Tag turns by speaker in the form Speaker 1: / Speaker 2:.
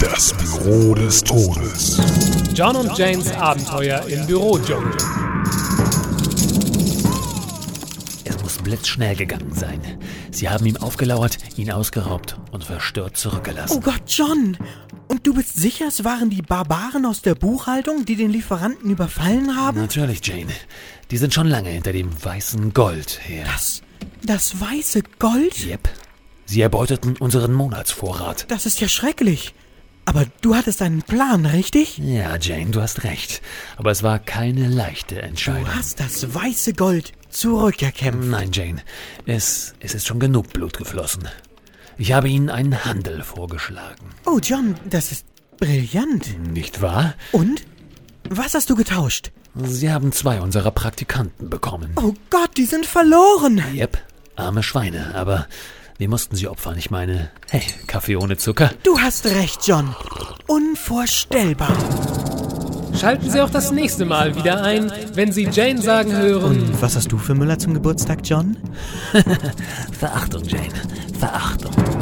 Speaker 1: Das Büro des Todes.
Speaker 2: John und Janes Abenteuer im Bürodschungel.
Speaker 3: Er muss blitzschnell gegangen sein. Sie haben ihn aufgelauert, ihn ausgeraubt und verstört
Speaker 4: Oh
Speaker 3: zurückgelassen.
Speaker 4: Gott, John! Und du bist sicher, es waren die Barbaren aus der Buchhaltung, die den Lieferanten überfallen haben?
Speaker 3: Natürlich, Jane. Die sind schon lange hinter dem weißen Gold her.
Speaker 4: Das, das weiße Gold?
Speaker 3: Yep. Sie erbeuteten unseren Monatsvorrat.
Speaker 4: Das ist ja schrecklich. Aber du hattest einen Plan, richtig?
Speaker 3: Ja, Jane, du hast recht. Aber es war keine leichte
Speaker 4: Du
Speaker 3: Entscheidung.
Speaker 4: hast das weiße Gold zurückerkämpft.
Speaker 3: Nein, Jane. Es, es ist schon genug Blut geflossen. Ich habe ihnen einen Handel vorgeschlagen.
Speaker 4: Oh, John, das ist brillant.
Speaker 3: Nicht wahr?
Speaker 4: Und? Was hast du getauscht?
Speaker 3: Sie haben zwei unserer Praktikanten bekommen.
Speaker 4: Oh Gott, die sind verloren.
Speaker 3: Yep, arme Schweine, aber wir mussten sie opfern. Ich meine, hey, Kaffee ohne Zucker.
Speaker 4: Du hast recht, John. Unvorstellbar.
Speaker 2: Schalten Sie auch das nächste Mal wieder ein, wenn Sie Jane sagen hören.
Speaker 4: Was hast du für Müller zum Geburtstag, John?
Speaker 3: Verachtung, Jane, Verachtung.